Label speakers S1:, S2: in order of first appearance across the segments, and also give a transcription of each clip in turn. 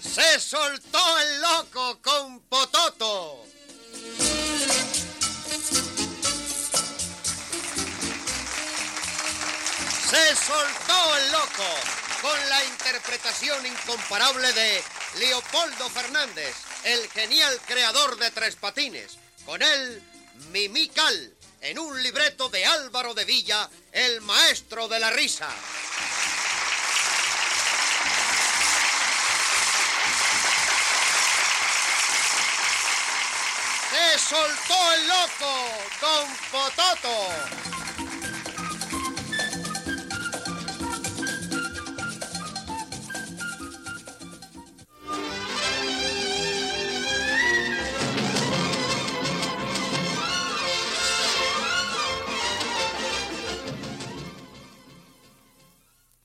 S1: se soltó el loco con Pototo. Se soltó el loco con la interpretación incomparable de Leopoldo Fernández, el genial creador de Tres Patines. Con él, Mimical, en un libreto de Álvaro de Villa, el maestro de la risa. Se soltó el loco con Pototo.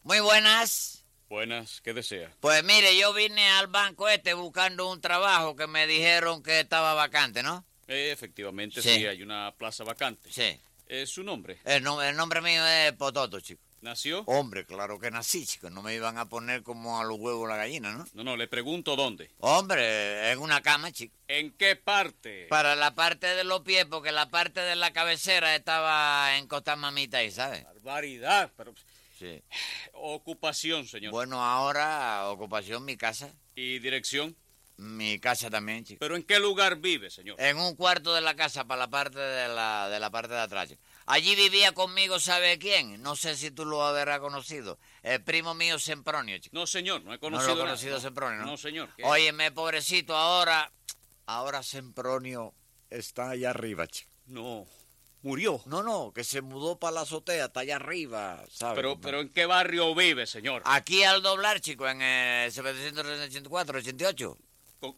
S2: Muy buenas.
S3: Buenas, ¿qué desea?
S2: Pues mire, yo vine al banco este buscando un trabajo que me dijeron que estaba vacante, ¿no?
S3: Eh, efectivamente,
S2: Sí.
S3: sí. hay una plaza vacante.
S2: Sí.
S3: Eh, ¿Su nombre?
S2: El, nom- el nombre mío es Pototo, chico.
S3: ¿Nació?
S2: Hombre, claro que nací, chico. No me iban a poner como a los huevos la gallina, ¿no?
S3: No, no, le pregunto dónde.
S2: Hombre, en una cama, chico.
S3: ¿En qué parte?
S2: Para la parte de los pies, porque la parte de la cabecera estaba en Costa Mamita ahí, ¿sabes?
S3: Barbaridad, pero...
S2: Sí.
S3: Ocupación, señor.
S2: Bueno, ahora ocupación mi casa.
S3: ¿Y dirección?
S2: Mi casa también, chico.
S3: ¿Pero en qué lugar vive, señor?
S2: En un cuarto de la casa, para la parte de la, de la parte de atrás. chico. Allí vivía conmigo, ¿sabe quién? No sé si tú lo habrás conocido. El primo mío Sempronio, chico.
S3: No, señor, no he
S2: No
S3: conocido...
S2: lo he
S3: nada.
S2: conocido Sempronio, ¿no?
S3: No, señor. ¿qué?
S2: Óyeme, pobrecito, ahora... Ahora Sempronio está allá arriba, chico.
S3: No, murió.
S2: No, no, que se mudó para la azotea, está allá arriba, ¿sabes?
S3: Pero,
S2: compadre?
S3: pero ¿en qué barrio vive, señor?
S2: Aquí al doblar, chico, en eh, 784, 88.
S3: Con-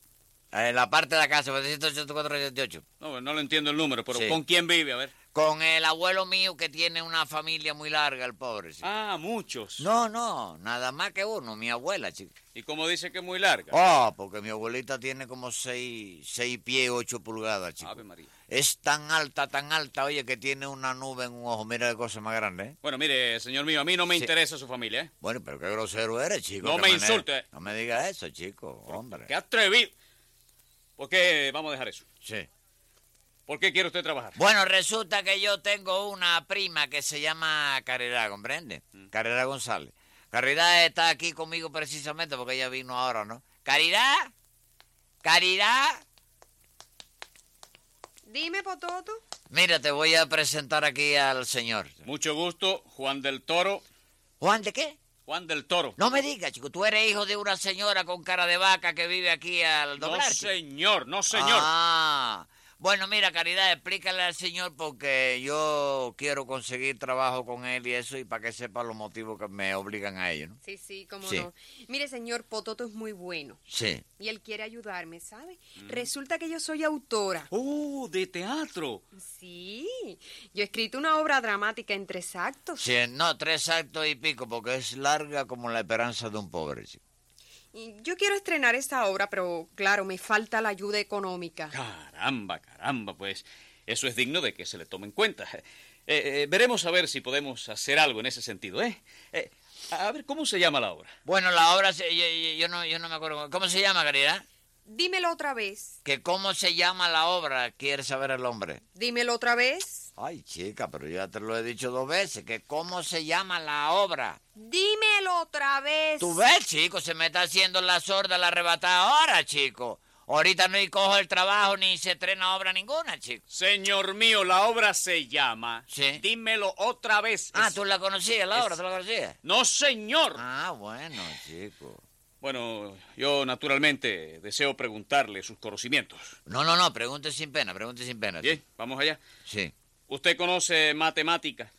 S2: En la parte de acá, 784, 88.
S3: No, no le entiendo el número, pero
S2: Sí.
S3: ¿con quién vive? A ver.
S2: Con el abuelo mío que tiene una familia muy larga, el pobre. chico.
S3: Ah, muchos.
S2: No, no, nada más que uno, mi abuela, chico.
S3: ¿Y cómo dice que es muy larga?
S2: Oh, porque mi abuelita tiene como seis, seis pies, ocho pulgadas, chico.
S3: Ave María.
S2: Es tan alta, tan alta, oye, que tiene una nube en un ojo. Mira qué cosa más grande, ¿eh?
S3: Bueno, mire, señor mío, a mí no me
S2: Sí.
S3: interesa su familia, ¿eh?
S2: Bueno, pero qué grosero eres, chico.
S3: No
S2: qué
S3: me
S2: manera.
S3: insulte.
S2: No me digas eso, chico, hombre.
S3: ¡Qué atrevido! ¿Por qué vamos a dejar eso?
S2: Sí.
S3: ¿Por qué quiere usted trabajar?
S2: Bueno, resulta que yo tengo una prima que se llama Carrera, ¿comprende?
S3: Mm.
S2: Carrera González. Caridad está aquí conmigo precisamente porque ella vino ahora, ¿no? Caridad, Caridad,
S4: Dime, Pototo.
S2: mira, te voy a presentar aquí al señor.
S3: Mucho gusto, Juan del Toro.
S2: Juan, ¿de qué?
S3: Juan del Toro.
S2: No me digas, chico, tú eres hijo de una señora con cara de vaca que vive aquí al
S3: No,
S2: doblar. chico.
S3: señor, no, señor.
S2: Ah, bueno, mira, Caridad, explícale al señor porque yo quiero conseguir trabajo con él y eso y para que sepa los motivos que me obligan a ello, ¿no?
S4: Sí, sí, cómo
S2: Sí.
S4: no. Mire, señor, Pototo es muy bueno.
S2: Sí.
S4: Y él quiere ayudarme, ¿sabe?
S2: Mm.
S4: Resulta que yo soy autora.
S3: ¡Oh, de teatro!
S4: Sí, yo he escrito una obra dramática en tres actos.
S2: Sí, no, tres actos y pico, porque es larga como la esperanza de un pobre. chico.
S4: Y yo quiero estrenar esa obra, pero claro, me falta la ayuda económica.
S3: Caramba, caramba, pues eso es digno de que se le tome en cuenta. Eh, eh, veremos a ver si podemos hacer algo en ese sentido, ¿eh? Eh, A ver, ¿cómo se llama la obra?
S2: Bueno, la obra, se- yo, yo- yo no, yo no me acuerdo. cómo- ¿Cómo se llama, Caridad?
S4: Dímelo otra vez.
S2: Que cómo se llama la obra, quiere saber el hombre.
S4: Dímelo otra vez.
S2: Ay, chica, pero ya te lo he dicho dos veces, que cómo se llama la obra.
S4: Dímelo otra vez.
S2: Tú ves, chico, se me está haciendo la sorda la arrebatada ahora, chico. Ahorita no y cojo el trabajo ni se estrena obra ninguna, chico.
S3: Señor mío, la obra se llama.
S2: Sí.
S3: Dímelo otra vez.
S2: Ah,
S3: Es-
S2: tú la conocías, la obra,
S3: es-
S2: tú la conocías.
S3: No, señor.
S2: Ah, bueno, chico.
S3: Bueno, yo naturalmente deseo preguntarle sus conocimientos.
S2: No, no, no, pregunte sin pena, pregunte sin pena.
S3: Bien, vamos allá.
S2: Sí.
S3: ¿Usted conoce matemáticas?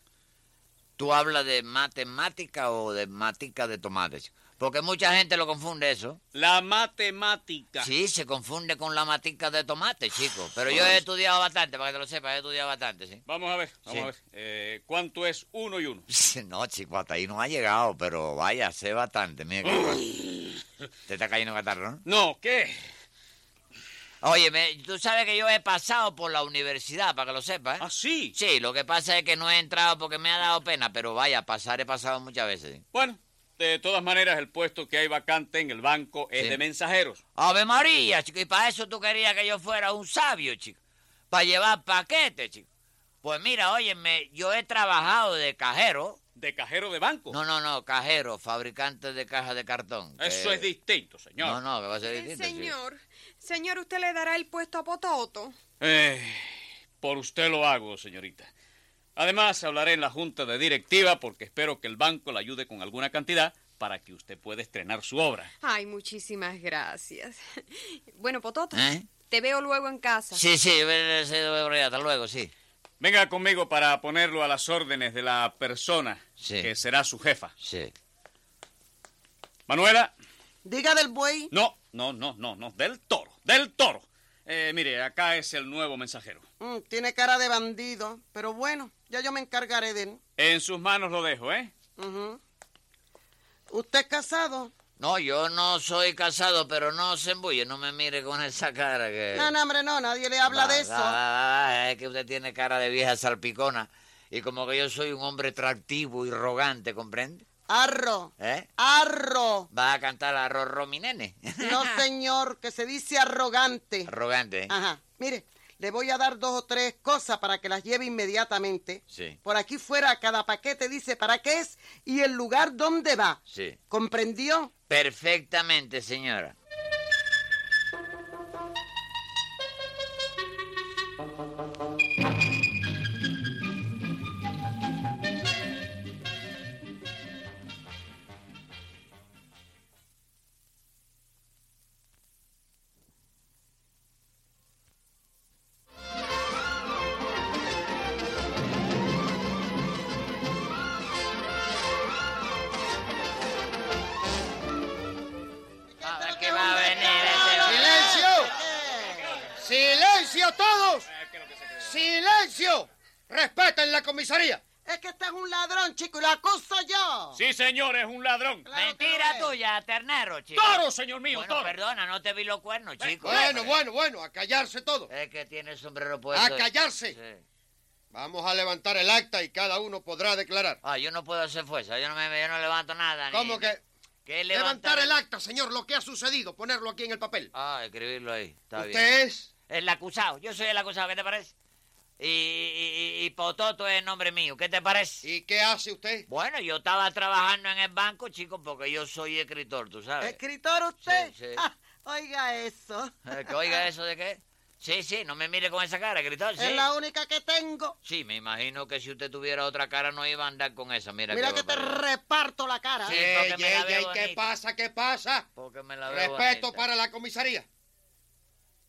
S2: ¿Tú hablas de matemática o de matica de tomates? Porque mucha gente lo confunde eso.
S3: La matemática.
S2: Sí, se confunde con la matica de tomate, chico. Pero yo he estudiado bastante, para que te lo sepas, he estudiado bastante, sí.
S3: Vamos a ver, vamos
S2: Sí.
S3: a ver. Eh, ¿Cuánto es uno y uno?
S2: No, chico, hasta ahí no ha llegado, pero vaya, sé bastante. Mira qué cosa. Te está cayendo catarro, ¿no?
S3: No, ¿qué?
S2: Oye, me- tú sabes que yo he pasado por la universidad, para que lo sepas. ¿eh?
S3: ¿Ah, sí?
S2: Sí, lo que pasa es que no he entrado porque me ha dado pena, pero vaya, pasar he pasado muchas veces.
S3: Bueno, De todas maneras, el puesto que hay vacante en el banco es
S2: Sí.
S3: de mensajeros.
S2: Ave María, chico, y para eso tú querías que yo fuera un sabio, chico. Para llevar paquetes, chico. Pues mira, óyeme, yo he trabajado de cajero.
S3: De cajero de banco.
S2: No, no, no, cajero, fabricante de cajas de cartón. que-
S3: Eso es distinto, señor.
S2: eh, No, no, que va a ser
S4: Eh,
S2: distinto. chico.
S4: señor, señor, usted le dará el puesto a Pototo.
S3: Eh, por usted lo hago, señorita. Además, hablaré en la junta de directiva porque espero que el banco le ayude con alguna cantidad para que usted pueda estrenar su obra.
S4: Ay, muchísimas gracias. Bueno, Pototo,
S2: ¿Eh?
S4: te veo luego en casa.
S2: Sí, sí, ve- ve- ve- ve- hasta luego, sí.
S3: Venga conmigo para ponerlo a las órdenes de la persona
S2: Sí.
S3: que será su jefa.
S2: Sí.
S3: Manuela,
S5: Diga del buey.
S3: no, no, no, no, no, del toro, del toro. Eh, mire, acá es el nuevo mensajero.
S5: Mm, tiene cara de bandido, pero bueno, ya yo me encargaré de él.
S3: En sus manos lo dejo, ¿eh?
S5: Ujú. ¿Usted es casado?
S2: No, yo no soy casado, pero no se embulle, no me mire con esa cara que... Ah,
S5: No, no, hombre, no, nadie le habla
S2: Va,
S5: de
S2: va,
S5: eso.
S2: va, va, va, ah, es que usted tiene cara de vieja salpicona y como que yo soy un hombre atractivo y rogante, ¿comprende?
S5: Arro,
S2: ¿Eh?
S5: arro.
S2: Va a cantar a Rorro mi nene.
S5: No, señor, que se dice arrogante.
S2: Arrogante. ¿eh?
S5: Ajá, mire, le voy a dar dos o tres cosas para que las lleve inmediatamente.
S2: Sí.
S5: Por aquí fuera cada paquete dice para qué es y el lugar donde va.
S2: Sí.
S5: ¿Comprendió?
S2: Perfectamente, señora.
S5: Ah,
S2: A ver qué va a venir ese...
S1: ¡Silencio! ¡Silencio todos!
S2: Eh,
S1: ¡Silencio! ¡Respeten la comisaría!
S5: Es que este es un ladrón, chico, y lo acuso yo.
S3: Sí, señor, es un ladrón.
S5: Claro que
S2: Mentira
S5: lo es.
S2: tuya, ternero, chico.
S3: Toro, señor mío,
S2: Bueno,
S3: toro.
S2: perdona, no te vi los cuernos, chico.
S1: Bueno, bueno, bueno, a callarse todos.
S2: Es que tiene el sombrero
S1: A
S2: puesto.
S1: callarse.
S2: Eh, pues Sí.
S1: Vamos a levantar el acta y cada uno podrá declarar.
S2: Ah, yo no puedo hacer fuerza, yo no, me, yo no levanto nada. ni-
S1: ¿Cómo que?
S2: ¿Qué
S1: Levantar el acta, señor, lo que ha sucedido, ponerlo aquí en el papel.
S2: Ah, escribirlo ahí. Está bien.
S1: Usted es.
S2: El acusado, yo soy el acusado, ¿qué te parece? Y, y- y- y Pototo es el nombre mío, ¿qué te parece?
S1: ¿Y qué hace usted?
S2: Bueno, yo estaba trabajando en el banco, chicos, porque yo soy escritor, tú sabes.
S5: ¿Escritor usted?
S2: Sí, sí.
S5: Ah, oiga eso.
S2: Eh, que Oiga, ¿eso de qué? Sí, sí, no me mire con esa cara, escritor, sí.
S5: Es la única que tengo.
S2: Sí, me imagino que si usted tuviera otra cara no iba a andar con esa, mira.
S5: Mira
S2: qué
S5: que te
S2: barbaridad.
S5: reparto la cara.
S2: Sí, porque me la
S1: Eh, ey,
S2: veo
S1: ey, ¿Qué
S2: bonita.
S1: pasa? ¿Qué pasa?
S2: Porque me la veo
S1: Respeto
S2: bonita.
S1: para la comisaría.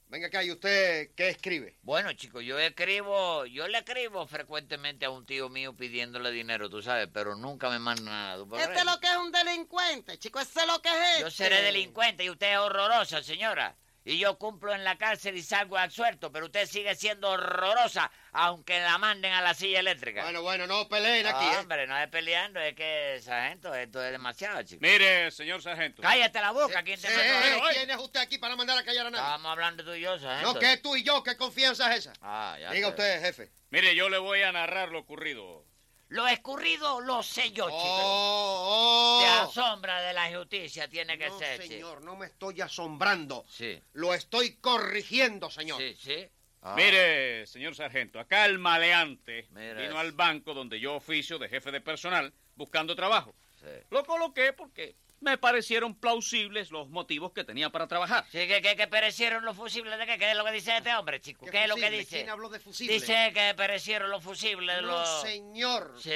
S1: Venga acá, ¿y usted qué escribe?
S2: Bueno, chicos, yo escribo, yo le escribo frecuentemente a un tío mío pidiéndole dinero, tú sabes, pero nunca me manda nada. ¿tú puedes
S5: Este es
S2: creer?
S5: lo que es un delincuente, chico, este es lo que es
S2: Yo
S5: este.
S2: seré delincuente y usted es horrorosa, señora. Y yo cumplo en la cárcel y salgo absuelto, pero usted sigue siendo horrorosa, aunque la manden a la silla eléctrica.
S1: Bueno, bueno, no peleen aquí,
S2: Ah,
S1: ¿eh?
S2: Hombre, no es peleando, es que, sargento, esto es demasiado, chico.
S3: Mire, señor sargento.
S2: Cállate la boca, ¿quién te
S1: Sí,
S2: mandó
S1: eh,
S2: ahí?
S3: oye.
S1: ¿Quién es usted aquí para mandar a callar a nadie?
S2: Estábamos hablando tú y yo, sargento.
S1: No, que tú y yo, ¿qué confianza es esa?
S2: Ah, ya
S1: Diga
S2: te-
S1: usted, jefe.
S3: Mire, yo le voy a narrar lo ocurrido.
S2: Lo escurrido lo sé yo, chico.
S1: Oh,
S2: Te
S1: oh.
S2: asombra de la justicia, tiene que
S1: No,
S2: ser, chico.
S1: señor, no me estoy asombrando.
S2: Sí,
S1: Lo estoy corrigiendo, señor.
S2: sí, sí. Ah.
S3: Mire, señor sargento, acá el maleante
S2: Mira
S3: vino
S2: eso.
S3: al banco donde yo oficio de jefe de personal buscando trabajo.
S2: Sí.
S3: Lo coloqué porque me parecieron plausibles los motivos que tenía para trabajar.
S2: Sí, que, que, que perecieron los fusibles. ¿De qué? ¿Qué es lo que dice este hombre, chico? ¿Qué, es lo que
S1: fusible?
S2: dice?
S1: ¿Quién habló de fusibles?
S2: Dice que perecieron los fusibles.
S1: No,
S2: los...
S1: señor,
S2: Sí.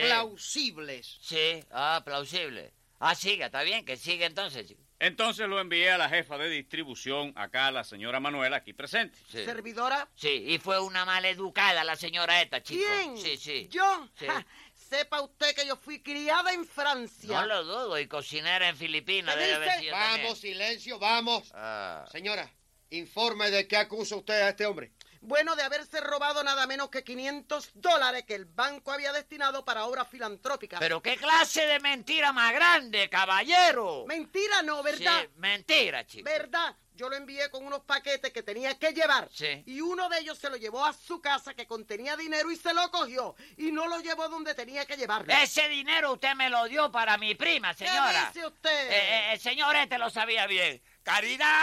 S1: plausibles.
S2: Sí, ah, plausible. Ah, siga, está bien, que siga entonces, chico.
S3: Entonces lo envié a la jefa de distribución, acá a la señora Manuela, aquí presente.
S2: Sí.
S5: Servidora,
S2: Sí, y fue una maleducada la señora esta, chico.
S5: ¿quién?
S2: Sí, sí.
S5: Yo.
S2: Sí.
S5: Ja, sepa usted que yo fui criada en Francia.
S2: No lo dudo, y cocinera en Filipinas
S5: ¿Qué
S2: debe
S5: dice?
S2: haber sido
S1: vamos,
S2: también.
S1: silencio, vamos.
S2: Ah,
S1: Señora, Informe de qué acusa usted a este hombre.
S5: Bueno, de haberse robado nada menos que 500 dólares que el banco había destinado para obras filantrópicas.
S2: Pero qué clase de mentira más grande, caballero.
S5: Mentira, no, ¿verdad?
S2: Sí, mentira, chico.
S5: ¿Verdad? Yo lo envié con unos paquetes que tenía que llevar.
S2: Sí.
S5: Y uno de ellos se lo llevó a su casa que contenía dinero y se lo cogió. Y no lo llevó donde tenía que llevarlo.
S2: Ese dinero usted me lo dio para mi prima, Eh, señora.
S5: dice usted?
S2: Eh, eh, el señor este lo sabía bien. Caridad,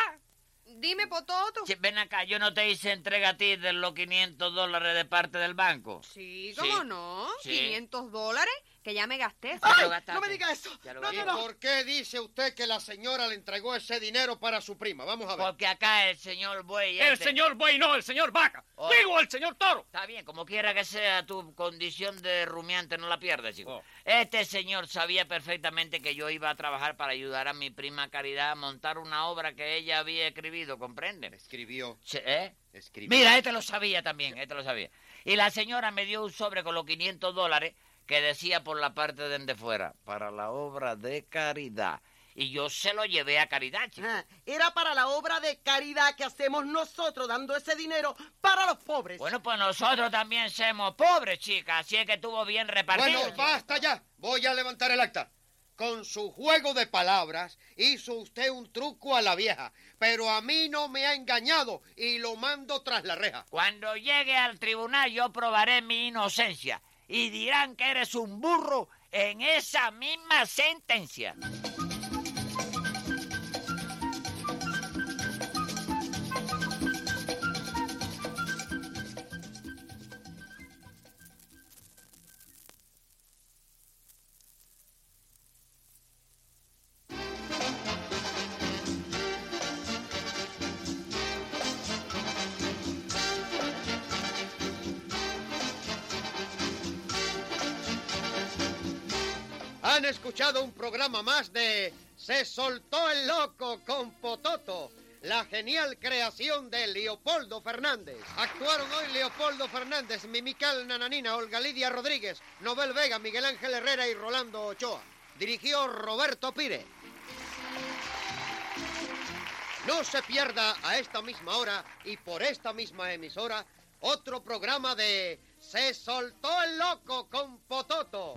S4: Dime, Pototo.
S2: che, ven acá, yo no te hice entrega a ti de los 500 dólares de parte del banco.
S4: Sí, ¿cómo
S2: Sí.
S4: no?
S2: Sí.
S4: 500 dólares que ya me gasté.
S2: Ya lo
S5: ¡Ay!
S2: gastaste.
S5: No me diga eso.
S2: Ya lo
S5: No,
S1: ¿Y
S5: no,
S2: gastaste.
S5: no.
S1: por qué dice usted que la señora le entregó ese dinero para su prima? Vamos a ver.
S2: Porque acá el señor Buey...
S3: El
S2: este-
S3: señor Buey no, el señor Vaca.
S2: Oh.
S3: Digo, el señor Toro.
S2: Está bien, como quiera que sea, tu condición de rumiante no la pierdas, chico.
S3: Oh.
S2: Este señor sabía perfectamente que yo iba a trabajar para ayudar a mi prima Caridad a montar una obra que ella había escribido, ¿comprende?
S1: Escribió,
S2: Se- ¿eh?
S1: escribió.
S2: Mira, este lo sabía también, este lo sabía. Y la señora me dio un sobre con los 500 dólares que decía por la parte de en de fuera, para la obra de Caridad. Y yo se lo llevé a Caridad, chico.
S5: Ajá. Ah, Era para la obra de caridad que hacemos nosotros dando ese dinero para los pobres.
S2: Bueno, pues nosotros también somos pobres, chicas, así es que estuvo bien repartido.
S1: Bueno,
S2: chico.
S1: basta ya. Voy a levantar el acta. Con su juego de palabras hizo usted un truco a la vieja, pero a mí no me ha engañado y lo mando tras la reja.
S2: Cuando llegue al tribunal yo probaré mi inocencia y dirán que eres un burro en esa misma sentencia.
S1: Han escuchado un programa más de Se soltó el loco con Pototo, la genial creación de Leopoldo Fernández. Actuaron hoy Leopoldo Fernández, Mimical Nananina, Olga Lidia Rodríguez, Nobel Vega, Miguel Ángel Herrera y Rolando Ochoa. Dirigió Roberto Pire. No se pierda a esta misma hora y por esta misma emisora otro programa de Se soltó el loco con Pototo.